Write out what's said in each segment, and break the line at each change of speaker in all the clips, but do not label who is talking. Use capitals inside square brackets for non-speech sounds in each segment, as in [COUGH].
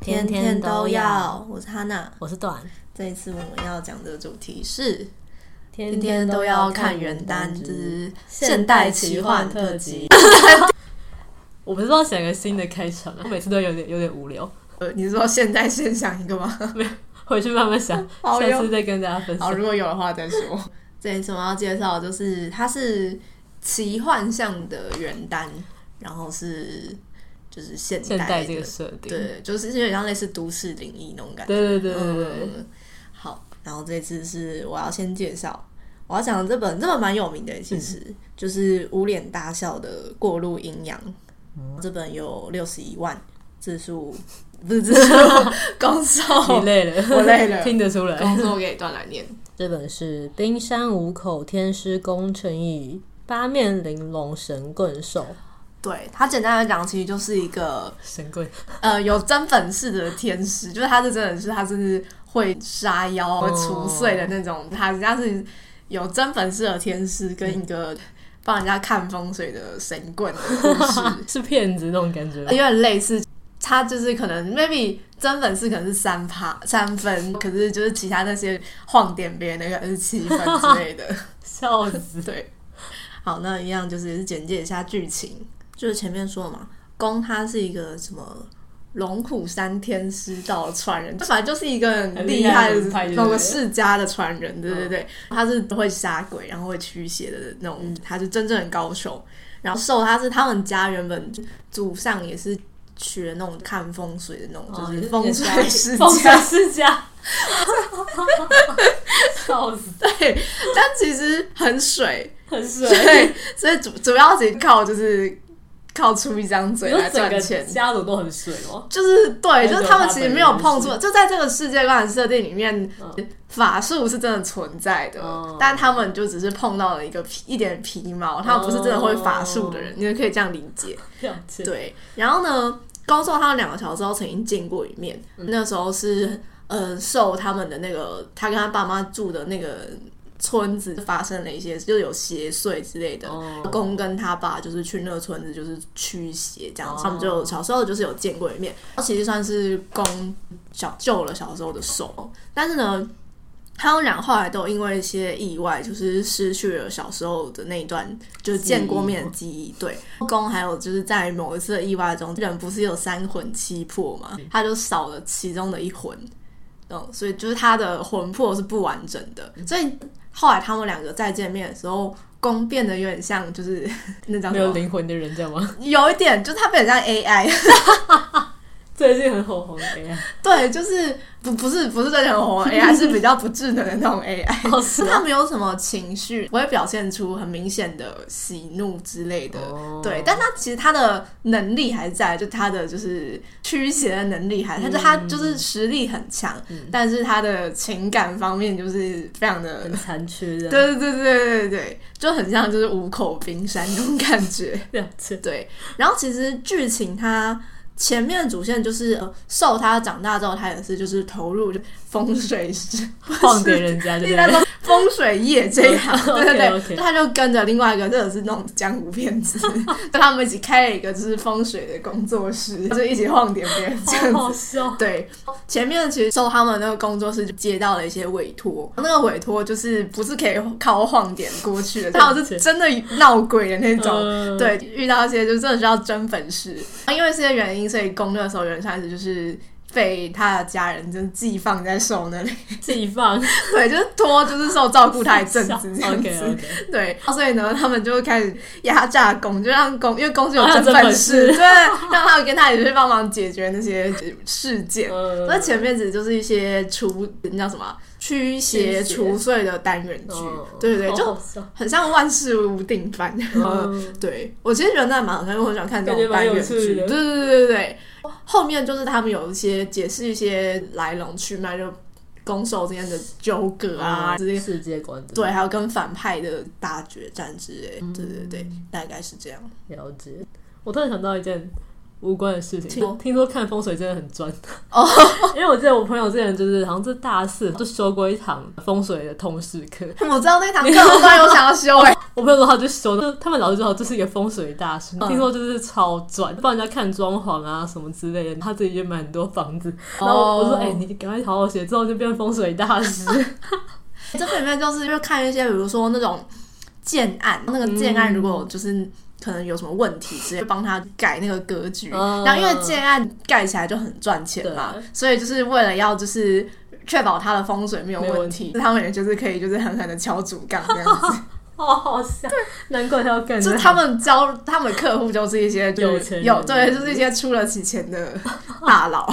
天天都要。
我是哈娜，
我是段，
这一次我们要讲的主题是
天
天天都要看原单之现代奇幻特辑。。
[LAUGHS] 我不知道想个新的开场啊，我每次都有点有点无聊，
呃，你是说现代先想一个吗？ [LAUGHS]
回去慢慢 [LAUGHS] 想，
好哟
下次再跟大家分
好，
享。
如果有的话再说。 [LAUGHS] 这一次我要介绍的就是它是奇幻向的原单，然后是就是现代
现
的
代这个设定，
对，就是有点像类似都市灵异那种感觉。
对对对对对对，
嗯，好，然后这次是我要先介绍，我要讲的这本这本蛮有名的，其实、就是捂脸大笑的《过路阴阳》，这本有六十一万字数， [LAUGHS] 不是字数，公
你
售，
哦累了， [LAUGHS]
我累了
听得出来。
公售给段来念。
这本是冰山五口天师宫陈义八面玲珑神棍兽，
对它简单来讲，其实就是一个
神棍
呃有真粉式的天使，就是他是真的是他真是会杀妖、会除祟的那种，他人家是有真粉式的天使跟一个帮人家看风水的神棍的故事，
啊是骗子那种感觉 [LAUGHS] 吗
有。点类似。他就是可能 maybe 真粉是可能是三趴三分，可是就是其他那些晃点别人的可能是七分之类的。
笑死！
对，好，那一样就是也是简介一下剧情，就是前面说的嘛，公他是一个什么龙虎山天师道传人，反正就是一个很厉害
很厉害的派嗯
的
对
某个
对
世家的传人，对对对，他是会杀鬼，然后会驱邪的那种，
嗯
他是真正的高手。然后寿他是他们家原本祖上也是。学那种看风水的那种，
哦
就
也
是
是
风
一个家
水
庭
世
风
家
水，世家， [LAUGHS] 笑死！
对，但其实很水，
很水，
对， [LAUGHS] 所以主主要只靠就是靠出一张嘴
你
来
说整
啊赚
个
钱。
家族都很水哦。
就是对，
那
就是
就
他们
他
其
本
实没
人
有
不
碰
是
触，就在这个世界观的设定里面，
嗯
法术是真的存在的，
哦
但他们就只是碰到了一个皮一点皮毛，他们不是真的会法术的人，
哦
你就可以这样理解。
了解，
对，然后呢，高寿他们两个小时候曾经见过一面，
嗯
那时候是呃受他们的那个他跟他爸妈住的那个村子发生了一些，就是有邪祟之类的。
哦，
公跟他爸就是去那个村子，就是驱邪这样子。
哦
他们就小时候就是有见过一面，其实算是公小救了小时候的手，但是呢。他们俩后来都因为一些意外，就是失去了小时候的那一段就是见过面的记忆。对，公还有就是在某一次的意外中，人不是有三魂七魄嘛，他就少了其中的一魂，嗯，所以就是他的魂魄是不完整的。所以后来他们两个再见面的时候，公变得有点像就是 [LAUGHS] 那叫
没
什
有
么？
灵魂的人，这样吗？
有一点，就是他变得像 AI，
最近很火红的 AI，
[LAUGHS] 对，就是不不是不是真的很
[LAUGHS]
红的 AI，是比较不智能的那种 AI。
好死
他没有什么情绪，不会表现出很明显的喜怒之类的。
哦
对，但他其实他的能力还在，就他的就是驱邪的能力还，他就
嗯
他就是实力很强，但是他的情感方面就是非常的
很残缺的，
对对对对对对，就很像就是五口冰山那种感觉。 [LAUGHS]
了解，
对，然后其实剧情它前面的主线就是呃受他长大之后，他也是就是投入就风水师，
晃给人家就
[LAUGHS] 应
对
该
了。
说风水业这一行，对对
[LAUGHS] OK，OK
对，就他就跟着另外一个，这个是那种江湖骗子， [LAUGHS] 跟他们一起开了一个就是风水的工作室，就一起晃点别人这样
好
子
好。笑，
对，前面其实受他们那个工作室就接到了一些委托，那个委托就是不是可以靠晃点过去的，他们是真的闹鬼的 [LAUGHS] 那种。
嗯
对，遇到一些就真的需要真粉事，因为这些原因，所以攻略的时候，袁开始就是被他的家人就是寄放在受那里， [LAUGHS]
寄放
对，就是托就是受照顾他一
[LAUGHS]
阵子这样子。
哦
[LAUGHS]
OK OK，
对，所以呢，他们就开始压榨公，就让公，因为公是有
啊
真
真
本
本
事，
事
对，让他们跟他也去帮忙解决那些事件。
呃
那前面只就是一些除那叫什么啊驱邪
驱邪
除祟的单元剧，
哦
对对对，就呃很像万事无定番。
嗯
[LAUGHS] 对我其实觉得那蛮好看，因为我很喜欢看这
感
种
觉
单
蛮有
元
趣的
剧。对对对对对，后面就是他们有一些解释一些来龙去脉，就攻守之间的纠葛啊之类的
嗯世界观的
对，还有跟反派的大
嗯
决战之类，对对对，大概是这样。
了解。我突然想到一件无关的事情。
请
听说看风水真的很专哦， [LAUGHS] 因为我记得我朋友之前就是好像是大四就修过一堂风水的通识课，
我知道那堂课，我突然有想要修
[LAUGHS]
哎、
我朋友说他就修，就他们老师说这是一个风水大师，
嗯
听说就是超赚，帮人家看装潢啊什么之类的，他自己就买很多房子。
哦
然后我说：“哎、你赶快好好写，之后就变风水大师。
[LAUGHS] 这里面就是就看一些，比如说那种建案，那个建案如果就是可能有什么问题，直接帮他改那个格局。
嗯
然后因为建案盖起来就很赚钱嘛
对，
所以就是为了要就是确保它的风水没有
没有
问
问
题，他们也就是可以就是狠狠的敲竹杠这 [LAUGHS] 样子。”
好好笑， [LAUGHS] 难怪他要干这
就
行。
他们教他们客户就是一些就是
有钱人
有对，就是一些出了起钱的大佬，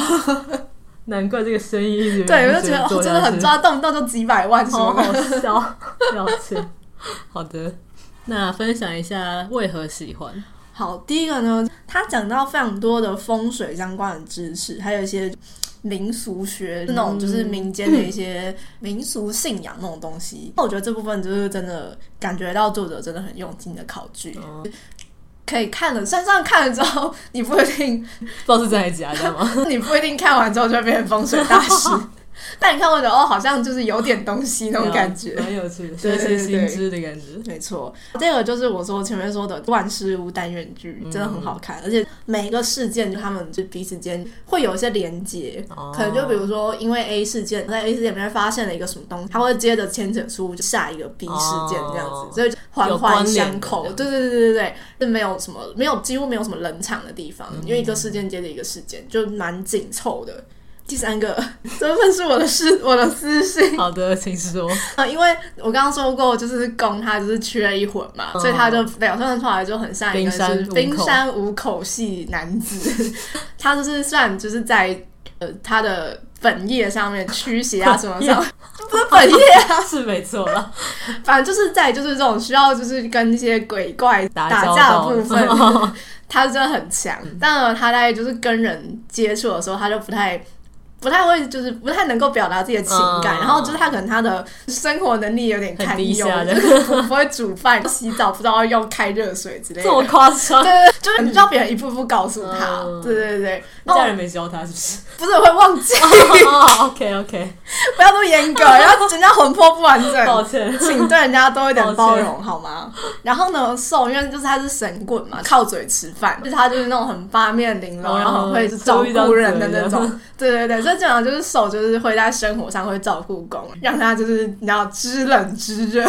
难怪这个生意一直
[LAUGHS] 对，我
一
就
直
觉得
做
哦，真
下
的很
去
抓，动不动就几百万什 [LAUGHS]
好
么的。
好笑， [LAUGHS] 了解。好的，那分享一下为何喜欢。
好，第一个呢，他讲到非常多的风水相关的知识，还有一些民俗学那种，就是民间的一些 [CLEARS THROAT] 民俗信仰那种东西。我觉得这部分就是真的感觉到作者真的很用心的考据，
哦，
可以看了，算上看了之后，你不一定， [LAUGHS]
不知道是真还是假，知道啊吗？
你不一定看完之后就会变成风水大师， [LAUGHS] 但你看完之后哦，好像就是 [LAUGHS] 有点东西那
啊
种感觉。
蛮有趣的，
对
学
对
习
对
新知的感觉。
没错，第二个就是我说前面说的万事屋单元剧，
嗯
真的很好看，而且每一个事件他们就彼此间会有一些连接。
哦
可能就比如说，因为 A 事件，在 A 事件里面发现了一个什么东西，它会接着牵扯出下一个 B 事件这样子，
哦
所以就环
有
环
关联
相
的
扣
这。样
对对对对对，就没有什么没有几乎没有什么冷场的地方，
嗯
因为一个事件接着一个事件，就蛮紧凑的。第三个， [LAUGHS] 这份是我的私我的私信，
好的，
[LAUGHS]
请说。
啊，因为我刚刚说过，就是公他就是缺了一魂嘛，
嗯
所以他就表现出来就很像一个就是冰
冰山无
山
口
无口系男子。 [LAUGHS] 他就是虽然就是在呃他的本业上面驱邪啊什么上，不是本业，
是没错啦，
反正啊就是在就是这种需要就是跟一些鬼怪
打
打
交
架的
道嗯
部
[LAUGHS]
分，他真的很强。但呢，他在就是跟人接触的时候，他就不太。不太会，就是不太能够表达自己的情感，
嗯
然后就是他可能他的生活能力有点
很
堪
低
忧，
下的
就是不不会煮饭、洗澡，不知道用开热水之类
这
的。
[LAUGHS] 么夸张
对，对，对就是你知道别人一步步告诉他，
嗯
对对对。然后
家人没教他是
[LAUGHS] 不
不是哦
是我会忘记，
？OK OK，
不要那么严
[LAUGHS]
格，然后人家魂魄不完整。
抱 [LAUGHS] 歉。
请对人家多一点包容好吗？然后呢，兽因为就是他是神棍嘛，靠嘴吃饭，就是他就是那种很八面玲珑，
哦
然后很会照顾人的那
出一张
种。 [LAUGHS] 对对对，所以基本上就是兽就是会在生活上会照顾公，让他就是你知道知冷知热。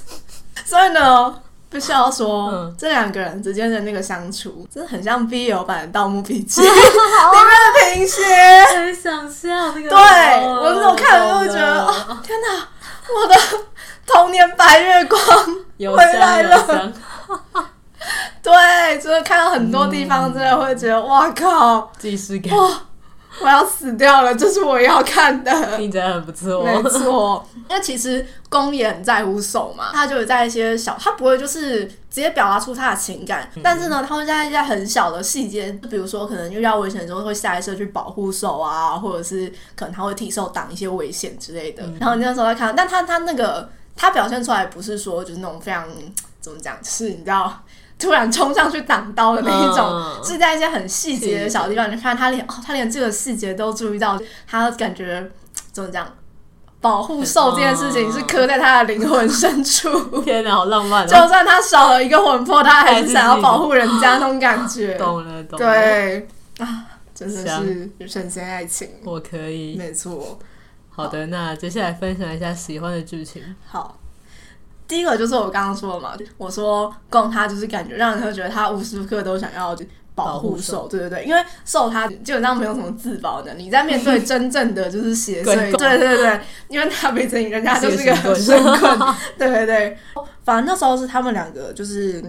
[LAUGHS] 所以呢。必须要说，
嗯
这两个人之间的那个相处，真的很像 BL 版的《盗墓笔记》里面的平鞋。
很想笑那个，
对我那种看了就会觉得
哦，
天哪，我的童年白月光 [LAUGHS]
有
回来
香哦有
了
香，
对，就是看到很多地方，真的会觉得，哇靠，
既视感，
哇，我要死掉了，这是我要看的。
听起来很不错
没
哦。 [LAUGHS]
错，因为其实公也很在乎手嘛，他就有在一些小，他不会就是直接表达出他的情感，
嗯
但是呢，他会在一些很小的细节，比如说可能遇到危险的时候会下意识地去保护手啊，或者是可能他会替手挡一些危险之类的。
嗯
然后你那时候在看，但他他那个他表现出来不是说就是那种非常怎么讲，就是你知道。突然冲上去挡刀的那一种，
嗯
是在一些很细节的小地方，你看他连哦，他连这个细节都注意到，他感觉怎么讲，保护兽这件事情是刻在他的灵魂深
[LAUGHS]
处。
天哪，好浪漫
就
哦！
算他少了一个魂魄，他还是想要保护人家那种感觉。
懂了，懂啊了。
对啊，真的
香
是神仙爱情，
我可以。
没错。
好的，那接下来分享一下喜欢的剧情。
好，第一个就是我刚刚说的嘛，我说供他就是感觉让人会觉得他无时无刻都想要保护兽，对对对，因为兽他基本上没有什么自保能力，在面对真正的就是邪祟，
鬼
[LAUGHS] 对
怪
对对，因为他毕竟人家就是个
是个
神
神
棍
棍，
对对对，反正那时候是他们两个就是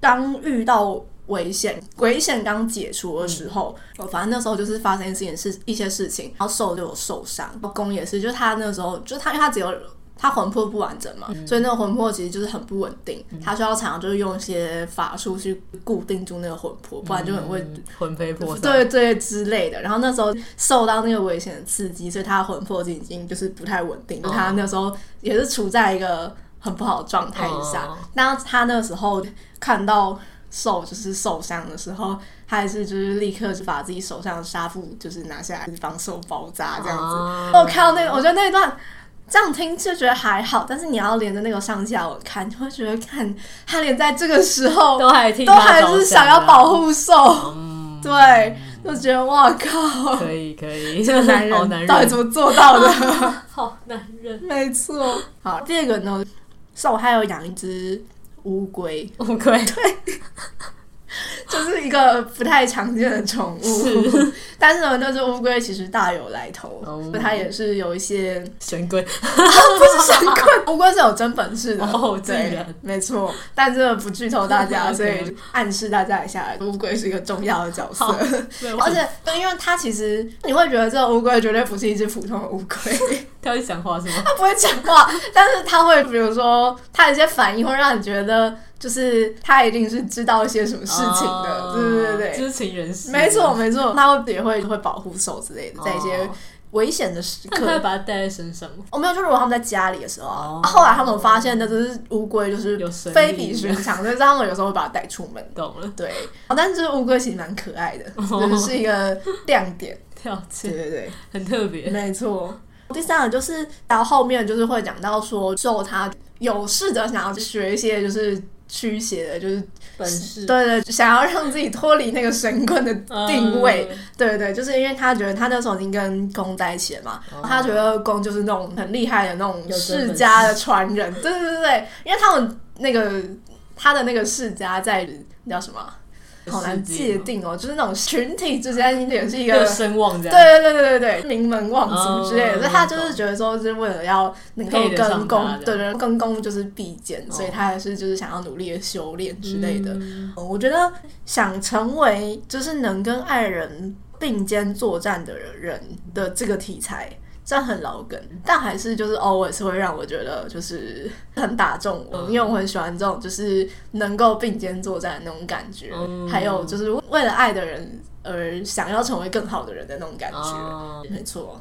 刚遇到。危险，危险刚解除的时候，哦反正那时候就是发生一些事，一些事情，然后兽就有受伤，公也是，就是他那时候，就是他，因为他只有他魂魄不完整嘛，所以那个魂魄其实就是很不稳定，他需要常常就是用一些法术去固定住那个魂魄，不然就很会。
嗯魂飞魄散。
对对之类的，然后那时候受到那个危险的刺激，所以他的魂魄已经就是不太稳定，就他那时候也是处在一个很不好的状态下
哦。
那、他那时候看到受就是受伤的时候，他还是就是立刻就把自己手上的纱布就是拿下来防受包扎这样子。
啊
我看到那个，我觉得那一段这样听就觉得还好，但是你要连着那个上下我看，你会觉得看他连在这个时候
都还替
都
他
还
着
是
想
想要
啊
保，护兽，
嗯，
对，就觉得哇靠，
可以
[LAUGHS]
可以，
这个男
好
人
男人
到底怎么做到的？
[LAUGHS] 好男人，
没错。好，第二个呢，兽还有养一只乌龟，
乌龟
就是一个不太常见的宠物， [LAUGHS] 但是呢，那只乌龟其实大有来头
哦，
它也是有一些 [LAUGHS]
神龟，
不是
[LAUGHS]
神棍，乌龟是有真本事的
哦竟
对
然，哦
没错，但这个不剧透大家，
[LAUGHS] OK
所以暗示大家一下，乌龟是一个重要的角色
好，
而
嗯
且对，因为它其实你会觉得这个乌龟绝对不是一只普通的乌龟，
他会讲话是吗？
它不会讲话，但是它会，比如说它有一些反应会让你觉得，就是它一定是知道一些什么事情的，
哦
对对对对。
知情人士，
没错，，没错，它会也会会保护手之类的，在一些
哦
危险的时
那
刻，
他会把它带在身上吗？
我没有，就如果他们在家里的时候啊
哦，
后来他们发现那只乌龟就是
有神
非
力
比寻常，就是他们有时候会把它带出门。
懂了，
对，哦但是这只乌龟其实蛮可爱的，
哦
就是一个亮点。
了
对
解，
对
很特
对，
别，
没错。第三个就是到后面就是会讲到说，受他有试着想要学一些就是驱邪的，就是
本事
对对，想要让自己脱离那个神棍的定位。，
嗯呃
对对，就是因为他觉得他那时候已经跟公在一起了嘛，
哦
他觉得公就是那种很厉害的那种
有真本
世
事
家的传人，对对对对，因为他们那个他的那个世家在那叫什么啊，好难界定哦，就是那种群体之
[LAUGHS]
间也是一
一个
个。
声望这
对
样，
对对对对对，名门望族之类的，
哦
所以他就是觉得说，就是为了要能够
配得上
跟公
他，这
对
样
对，跟公就是比肩，所以
哦
他还是就是想要努力的修炼之类的。
嗯
我觉得想成为就是能跟爱人并肩作战的人的这个题材，虽然很老梗，但还是就是 always 会让我觉得就是很打中我，
嗯
因为我很喜欢这种就是能够并肩作战的那种感觉，
嗯
还有就是为了爱的人而想要成为更好的人的那种感觉。
哦
没错，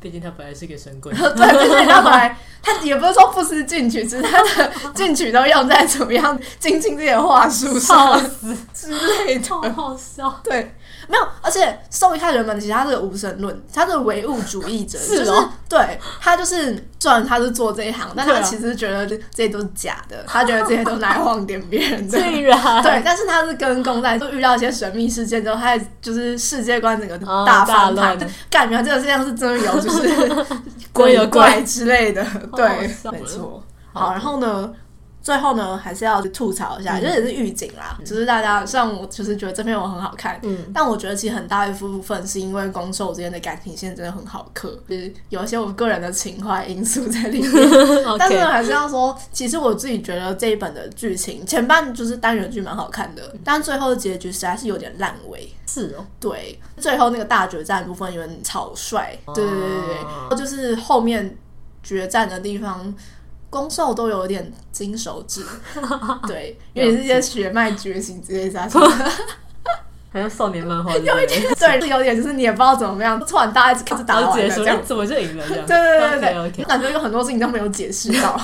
毕竟他本来是个神棍，
对，就是他本来他也不是说不思进取，只是他的 [LAUGHS] 进取都用在怎么样精进自己的话术
笑
上
死，
之类的。
好好笑，
对，没有，而且受一开原本其实他是个无神论，他是唯物主义者，
是
就
哦
是对他就是虽然他是做这一行，但
对
他
啊
其实觉得这这些都是假的，他觉得这些都是
[LAUGHS]
来晃点别人的。
竟 [LAUGHS] 然
对，但是他是跟公在就遇到一些神秘事件之后，他也就是世界观整个
哦
大
大
翻盘，
乱
就感觉这个世界上是真的有就是鬼
鬼有
怪之类
[LAUGHS]
的，对，
哦笑
没
了
错。
好
好，然后呢，最后呢，还是要吐槽一下，
嗯
这也是预警啦，就是大家虽然我就是觉得这篇文很好看，
嗯，
但我觉得其实很大一部分是因为攻受之间的感情线真的很好磕，就是有一些我个人的情怀因素在里面。但是
OK
还是要说，其实我自己觉得这一本的剧情前半就是单元剧蛮好看的，但最后的结局实在是有点烂尾。
是哦，
对，最后那个大决战部分有点草率，对对对对对，然后就是后面决战的地方。攻受都有点金手 [LAUGHS] 指，对，因为是一些血脉觉醒之类的啊什么的，
好像少年漫画，有一点
[LAUGHS] 对，是有点就是你也不知道怎么样，突然大家开始打
然后
完
解
了
说
这
哎
样，
怎么就赢了这样，
对对对对对
OK
感觉有很多事情都没有解释
[LAUGHS]
到，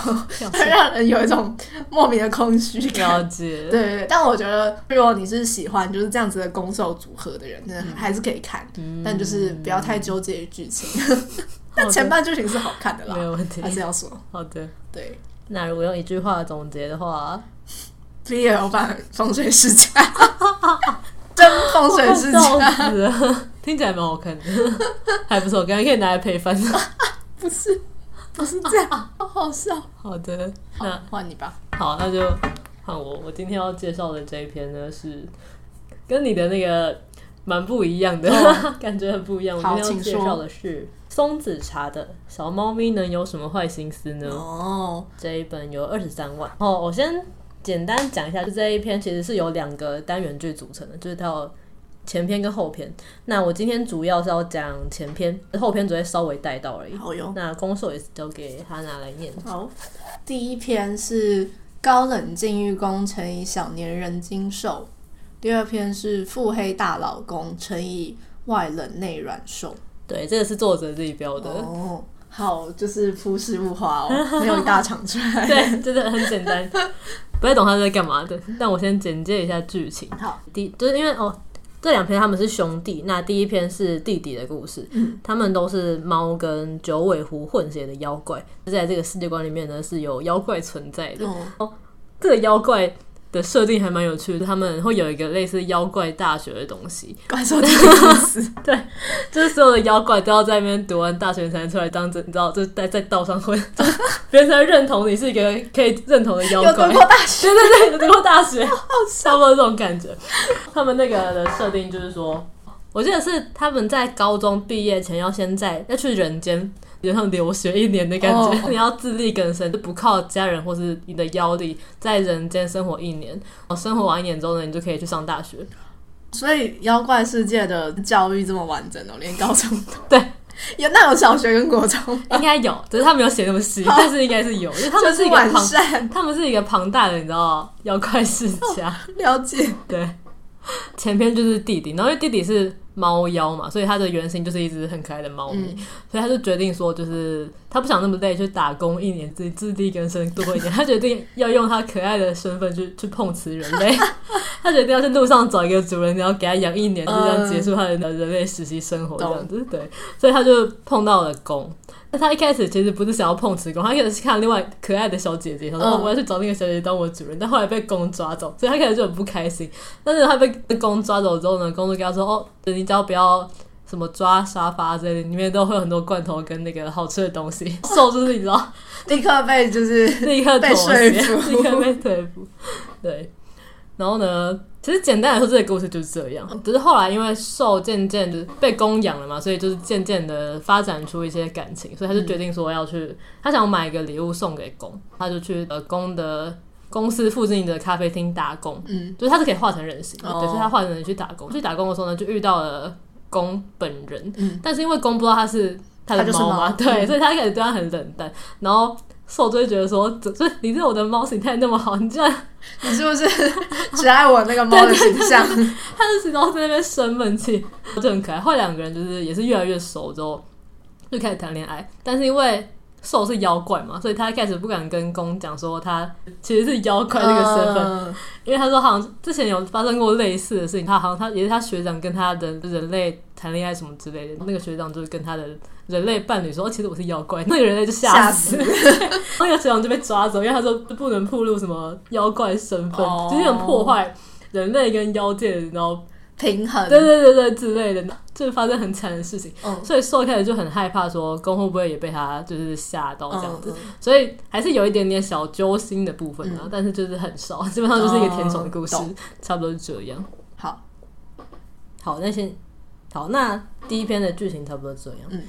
OK，
让人有一种莫名的空虚感。
了解，
对对对，但我觉得如果你是喜欢就是这样子的攻受组合的人，那还是可以看，
嗯
但就是不要太纠结于剧情。
[LAUGHS]
但前半剧情是好看的
没
啦，
有问题
还，是要说
好的。
对
那如果用一句话总结的话，
BL 版风水世
[LAUGHS]
家，真风水世
哦笑
家，
死了， [LAUGHS] 听起来蛮好看的，还不错，感觉可以拿来配饭。
不是不是这样，好好笑。
好的，
好
那，
换你吧。
好，那就换我。我今天要介绍的这一篇呢，是跟你的那个蛮不一
[LAUGHS]
样的，感觉很不一样。我
好
今天要
请
介
说
绍的是松子茶的《小猫咪能有什么坏心思呢》。
哦，
这一本有二十三万。哦，我先简单讲一下，就这一篇其实是由两个单元剧组成的，就是它有前篇跟后篇。那我今天主要是要讲前篇，后篇只会稍微带到而已。
好哟。
那攻受也是交给哈娜来念。
好，第一篇是高冷禁欲宫乘以小年人精瘦，第二篇是腹黑大老公乘以外冷内软瘦。
对，这个是作者自己标的。
哦，好就是朴实无华哦，没有一大场出
[LAUGHS]
来。
对，真的很简单，不太懂他在干嘛的。但我先简介一下剧情。
好，
第就是因为哦，这两篇他们是兄弟，那第一篇是弟弟的故事，他们都是猫跟九尾狐混血的妖怪，在这个世界观里面呢是有妖怪存在的。
嗯，
这个妖怪的设定还蛮有趣的，他们会有一个类似妖怪大学的东西，
怪兽的意
[LAUGHS]
思，
就是所有的妖怪都要在那边读完大学才能出来当真，你知道，就是在在道上混， [LAUGHS] 就是别人才会认同你是一个可以认同的妖
有
怪
读。过大学，
对对对，读过大学，差不多这种感觉。他们那个的设定就是说，我记得是他们在高中毕业前要先在要去人间。人上留学一年的感觉
哦
你要自力更生，就不靠家人或是你的腰力，在人间生活一年。哦，生活完一年之后呢，你就可以去上大学。
[LAUGHS] 所以妖怪世界的教育这么完整哦，连高中都
对，
有那有小学跟国中吗，
应该有，只是他没有写那么细，但是应该是有，因为他们是一个
完
庞，
善，
他们是一个庞大的，你知道，妖怪世家。
了解。
对，前篇就是弟弟，然后因为弟弟是猫妖嘛，所以他的原型就是一只很可爱的猫咪，所以他就决定说，就是他不想那么累，去打工一年，自己自力更生多一点。他决定要用他可爱的身份去去碰瓷人类， [LAUGHS] 他决定要去路上找一个主人，然后给他养一年，就这样结束他的人类实习生活这样子。对，所以他就碰到了公。那他一开始其实不是想要碰瓷公，他一开始是看另外可爱的小姐姐，想说、
嗯
哦我要去找那个小姐姐当我主人，但后来被公抓走，所以他开始就很不开心。但是他被公抓走之后呢，公就跟他说：“哦，你只要不要什么抓沙发之类的，里面都会有很多罐头跟那个好吃的东西。” [LAUGHS] 瘦就是你知道，
立刻被就是
[LAUGHS] 立刻
被
妥
说
协，
服
立刻被退服。对，然后呢，其实简单来说，这个故事就是这样。只是后来因为兽渐渐就是被供养了嘛，所以就是渐渐的发展出一些感情，所以他就决定说要去，他想买一个礼物送给公，他就去呃公的公司附近的咖啡厅打工。
嗯，
就是他是可以化成人形的，
哦
对，所以他化成人去打工。去打工的时候呢，就遇到了公本人，
嗯
但是因为公不知道他是他的
他就是
猫嘛，
猫
对，
嗯
所以他开始对他很冷淡。然后兽就会觉得说，怎就是你对我的猫形态那么好，你居然
你是不是只爱我那个猫的形象？
他就是然后在那边生闷气，就很可爱。后来两个人就是也是越来越熟之后，就开始谈恋爱。但是因为兽是妖怪嘛，所以他一开始不敢跟公讲说他其实是妖怪这个身份，
嗯
因为他说好像之前有发生过类似的事情，他好像他也是他学长跟他的人类谈恋爱什么之类的，那个学长就是跟他的人类伴侣说，哦，其实我是妖怪，那个人类就吓
吓
死，
死 [LAUGHS]
然后那个学长就被抓走，因为他说不能暴露什么妖怪身份，
哦
就是很破坏人类跟妖界的，然后
平衡，
对对对对之类的，就是发生很惨的事情，
嗯，
所以兽开始就很害怕说公会不会也被他就是吓到这样子，
嗯，嗯
所以还是有一点点小揪心的部分啊，但是就是很少， [LAUGHS] 基本上就是一个甜宠的故事，
哦懂
差不多是这样。
[LAUGHS] 好，
好，那先好，那第一篇的剧情差不多这样。
嗯，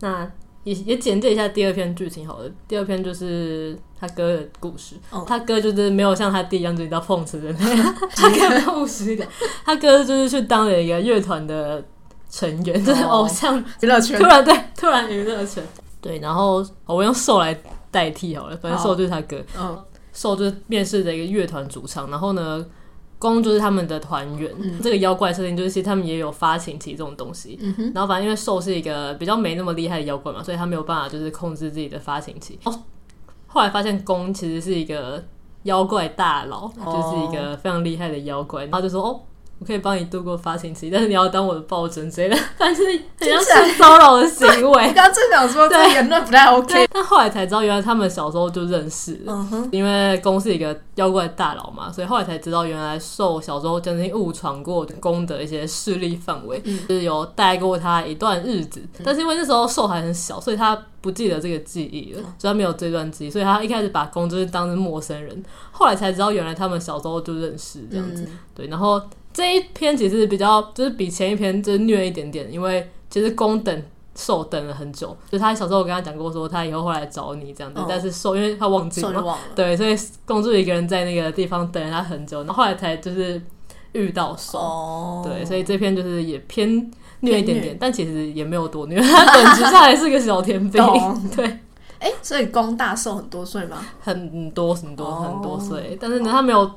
那也也简介一下第二篇剧情好了。第二篇就是他哥的故事，
哦
他哥就是没有像他弟一样就到碰瓷的
[LAUGHS]
那样，他哥务实一点，他哥就是去当了一个乐团的成员，就是
哦 [LAUGHS]
偶像
娱乐圈
突然对，突然娱乐圈。对，然后、哦我用瘦来代替好了，反正
好
瘦就是他哥，
嗯，
瘦就是面试的一个乐团主唱，然后呢，公就是他们的团员。这个妖怪设定就是其实他们也有发情期这种东西。
嗯哼
然后反正因为兽是一个比较没那么厉害的妖怪嘛，所以他没有办法就是控制自己的发情期。哦，后来发现公其实是一个妖怪大佬，
哦
就是一个非常厉害的妖怪，然后就说哦。我可以帮你度过发情期，但是你要当我的抱枕之类的， [LAUGHS] 反正就是很像性骚扰的行为 [LAUGHS]
我。刚刚正想说这
对
个言论不太 OK，
对，但后来才知道，原来他们小时候就认识了。
嗯哼，
因为公是一个妖怪大佬嘛，所以后来才知道，原来受小时候曾经误闯过公的一些势力范围，
嗯
就是有带过他一段日子。但是因为那时候受还很小，所以他不记得这个记忆
嗯
了，所以他没有这段记忆，所以他一开始把公就是当成陌生人。后来才知道，原来他们小时候就认识这样子。
嗯
对，然后这一篇其实比较就是比前一篇就是虐一点点，因为其实公等受等了很久，就他小时候我跟他讲过说他以后会来找你这样子，
哦
但是受因为他忘记
手
了
就
嘛，
忘了，
对，所以公主一个人在那个地方等了他很久，然后后来才就是遇到手。
哦
对，所以这篇就是也偏虐一点
偏
点，但其实也没有多虐， [LAUGHS] 他本质上还是个小甜饼，
懂
[LAUGHS] 对，
哎，所以公大受很多岁吗？
很多很多
哦
很多岁，但是呢，他没有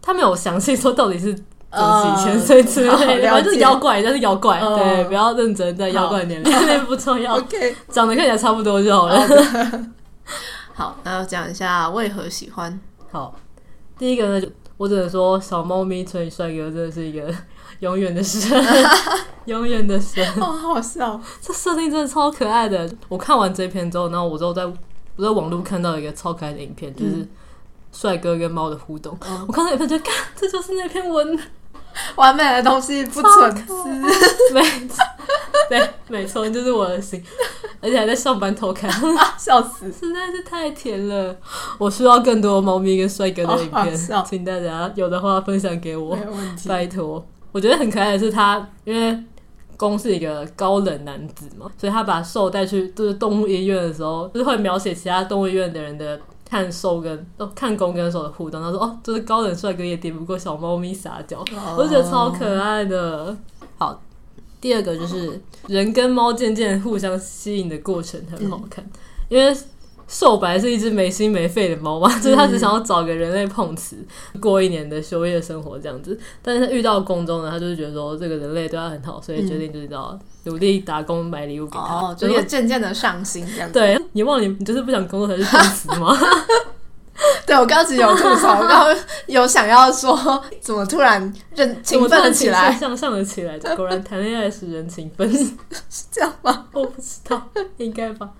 他没有详细说到底是宫崎骏，所以之
呃 [LAUGHS] 好
类的，
了
反正就是
解
妖怪，但是妖怪，
嗯
对，不要认真在妖怪年龄，那不
[LAUGHS]
重要，
哦 OK，
长得看起来差不多就好了。
好，那我讲一下为何喜欢。
好，第一个呢，就我只能说小猫咪乘以帅哥真的是一个 [LAUGHS] 永远
[LAUGHS]
的神，永远的神。
哦，好笑。
这设定真的超可爱的。我看完这篇之后，然后我之后在我在网络看到一个超可爱的影片，就是帅哥跟猫的互动。
嗯
我看到影片就看，干这就是那篇
[LAUGHS]
文，
完美的东西不
超
存
可
在。 [LAUGHS]
没错，对，没错，就是我的心，而且还在上班偷看， [LAUGHS]
啊笑死！
实在是太甜了。我需要更多猫咪跟帅哥的影
好好
片
笑，
请大家有的话分享给我。
有问。
拜托，我觉得很可爱的是他，因为公是一个高冷男子嘛，所以他把兽带去就是动物医院的时候，就是会描写其他动物医院的人的看兽跟哦看公跟兽的互动。他说哦，就是高冷帅哥也敌不过小猫咪撒娇，我就觉得
哦
超可爱的。好，第二个就是人跟猫渐渐互相吸引的过程很
嗯
好看，因为。兽本来是一只没心没肺的猫嘛，就是它
嗯
只想要找个人类碰瓷，过一年的休业生活这样子。但是他遇到宫中呢，他就是觉得说这个人类对他很好，所以决定就是要努力打工买礼物给他。
嗯哦，就
说
也渐渐的上心这样子。
对，你忘了你你就是不想工作才去碰瓷吗？
[LAUGHS] 对，我刚刚其实有吐槽，然后有想要说怎么突然认
[LAUGHS] 我
[LAUGHS] 勤
突
奋
然
了起来，
向上了起来，果然谈恋爱使人勤奋。
是这样吗？
[LAUGHS] 我不知道，应该吧。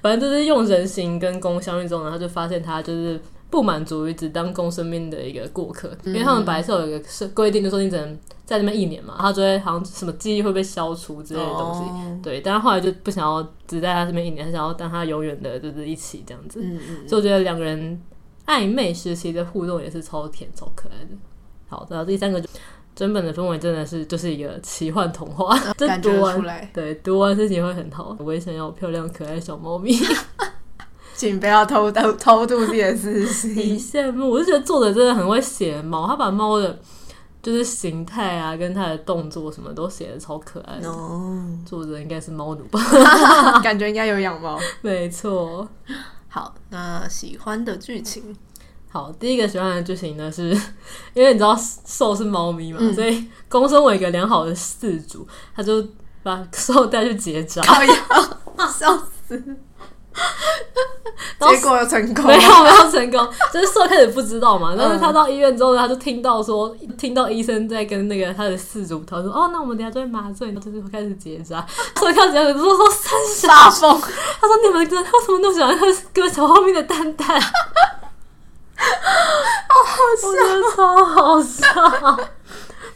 反正就是用人形跟公相遇中呢，他就发现他就是不满足于只当公生命的一个过客，
嗯
因为他们本来是有一个是规定，就说你只能在那边一年嘛，他就会好像什么记忆会被消除之类的东西。
哦
对，但是后来就不想要只在他这边一年，他想要当他永远的就是一起这样子。
嗯嗯，
所以我觉得两个人暧昧时期的互动也是超甜、超可爱的。好，然后第三个就整本的氛围真的是就是一个奇幻童话，这啊
感觉
读
得
完
出来，
对读完自己会很好。我也想要漂亮可爱小猫咪，
请不要偷偷偷渡自己的私
很 [LAUGHS]
心。
羡慕。我就觉得作者真的很会写猫，他把猫的就是形态啊，跟它的动作什么都写的超可爱
[LAUGHS]
的。
哦，
作者应该是猫奴吧？
啊感觉应该有养
[LAUGHS]
猫。
没错。
好，那喜欢的剧 [LAUGHS] 情，
好，第一个喜欢的剧情呢，是 [LAUGHS] 因为你知道兽是猫咪嘛，
嗯
所以公身为一个良好的饲主，他就把 [LAUGHS] 兽带去结扎，
好呀，笑死！
然后
结果有成功嗯
没，有没有成功， [LAUGHS] 就是兽开始不知道嘛，但是他到医院之后呢，他就听到说，听到医生在跟那个他的饲主讨论，哦，那我们等一下就会麻醉，就是开始结扎，兽开始结扎，就说三小，
大风，
他说你们真的为什么那么喜欢喝割小猫咪的蛋蛋？我觉得超好笑。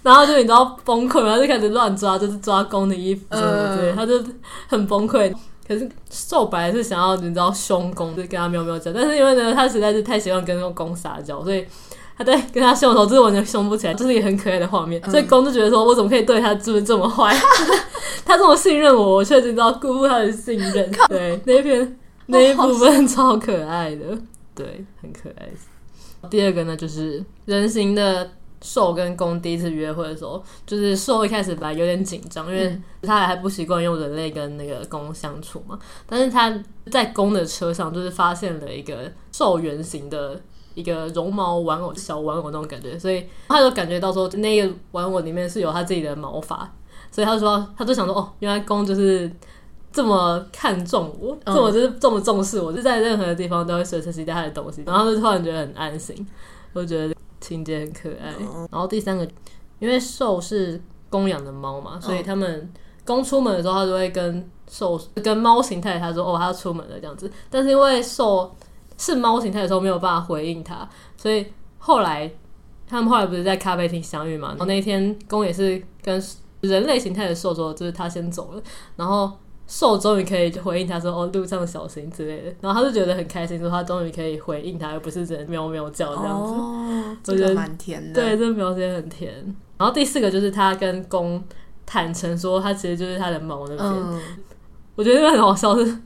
然后就你知道崩溃嘛，然后就开始乱抓，就是抓公的衣服什么之类的，
嗯
他就很崩溃。可是瘦本来是想要你知道凶公，就跟他喵喵叫，但是因为呢，他实在是太喜欢跟那个公撒娇，所以他在跟他凶的时候，就是完全凶不起来，就是一个很可爱的画面。所以公就觉得说，我怎么可以对他就是这么坏？他这么信任我，我却你知道辜负他的信任。对，那一篇那一部分超可爱的，对，很可爱。第二个呢，就是人形的兽跟公第一次约会的时候，就是兽一开始本来有点紧张，因为他还不习惯用人类跟那个公相处嘛。但是他在公的车上，就是发现了一个兽原型的一个绒毛玩偶、小玩偶那种感觉，所以他就感觉到说嗯那个玩偶里面是有他自己的毛发，所以他就说他就想说哦，原来公就是。这么看重我，这
嗯
么就是这么重视我，就在任何地方都会随身携带他的东西，然后就突然觉得很安心，我觉得情节很可爱。然后第三个，因为兽是公养的猫嘛，所以他们公出门的时候，它就会跟兽跟猫形态，它说哦，它要出门了这样子。但是因为兽是猫形态的时候，没有办法回应它，所以后来他们后来不是在咖啡厅相遇嘛？然后那一天公也是跟人类形态的兽说，就是他先走了，然后。兽终于可以回应他说：“哦，路上小心之类的。”然后他就觉得很开心，说他终于可以回应他，而不是只能喵喵叫这样子。
哦，
我
这
觉得
个蛮甜的。
对，这描写很甜。然后第四个就是他跟公坦诚说，他其实就是他的猫那边。
嗯，
我觉得那个很好笑是，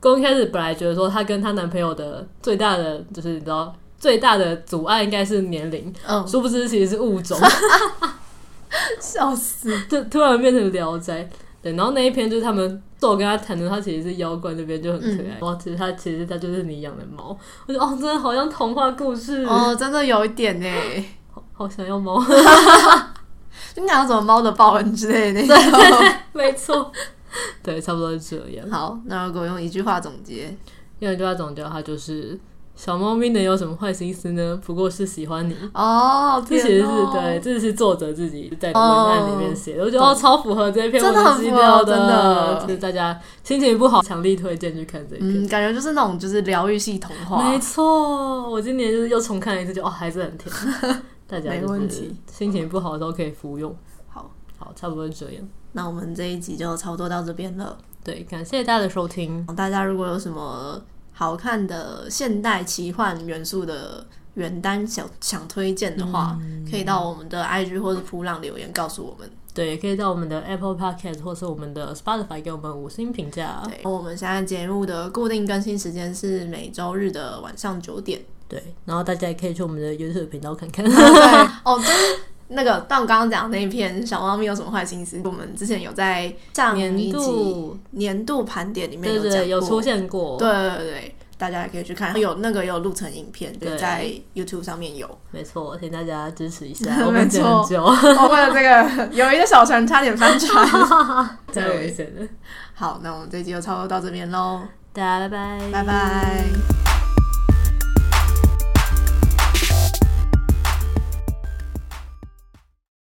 公一开始本来觉得说她跟她男朋友的最大的就是你知道最大的阻碍应该是年龄，
嗯，
殊不知其实是物
[LAUGHS]
种，
笑死！
就突然变成聊斋。对，然后那一篇就是他们我跟他谈的，他其实是妖怪那边就很可爱。
嗯
哇，其实他其实他就是你养的猫，我觉得哦，真的好像童话故事欸
哦，真的有一点呢。
好想要猫，
你讲什么猫的报恩之类的
[LAUGHS]
那种。
没错，对，差不多是这
[LAUGHS]
样。
好，那如果用一句话总结，
用一句话总结，它就是小猫咪能有什么坏心思呢？不过是喜欢你。
哦，
这
天
其实是
哦
对，，这是作者自己在文案里面写的，我觉得哦，超符合这篇
真的
文
很
字
符合
调
真的
就是大家心情不好，强力推荐去看这篇。
嗯，感觉就是那种就是疗愈系童话
没，错，我今年就是又重看了一次，就哦，还是很甜。大家
没
就是
问题
心情不好的时候可以服用。
好，
好，差不多是这样。
那我们这一集就差不多到这边了。
对，感谢大家的收听。
大家如果有什么好看的现代奇幻元素的原单想想推荐的话，
嗯
可以到我们的 IG 或者普朗留言告诉我们。
对，也可以到我们的 Apple Podcast 或是我们的 Spotify 给我们五星评价。
对，我们现在节目的固定更新时间是每周日的晚上九点。
对，然后大家也可以去我们的 YouTube 频道看看。
对， [LAUGHS] 哦，就是那个，但我刚刚讲的那一篇《小猫咪有什么坏心思》，我们之前有在上
年
一集
度，
年度盘点里面
对
讲过，
对，有出现过。
对对对对，大家也可以去看，有那个有录成影片，就
对
在 YouTube 上面
[LAUGHS]
有。
没错，请大家支持一
没 [LAUGHS]
下，我们等很
错
久，
我哦为了这个，有一个小船差点翻船。 [LAUGHS]
太危险了。
好，那我们这集就差不多到这边喽，
大家拜拜，
拜拜。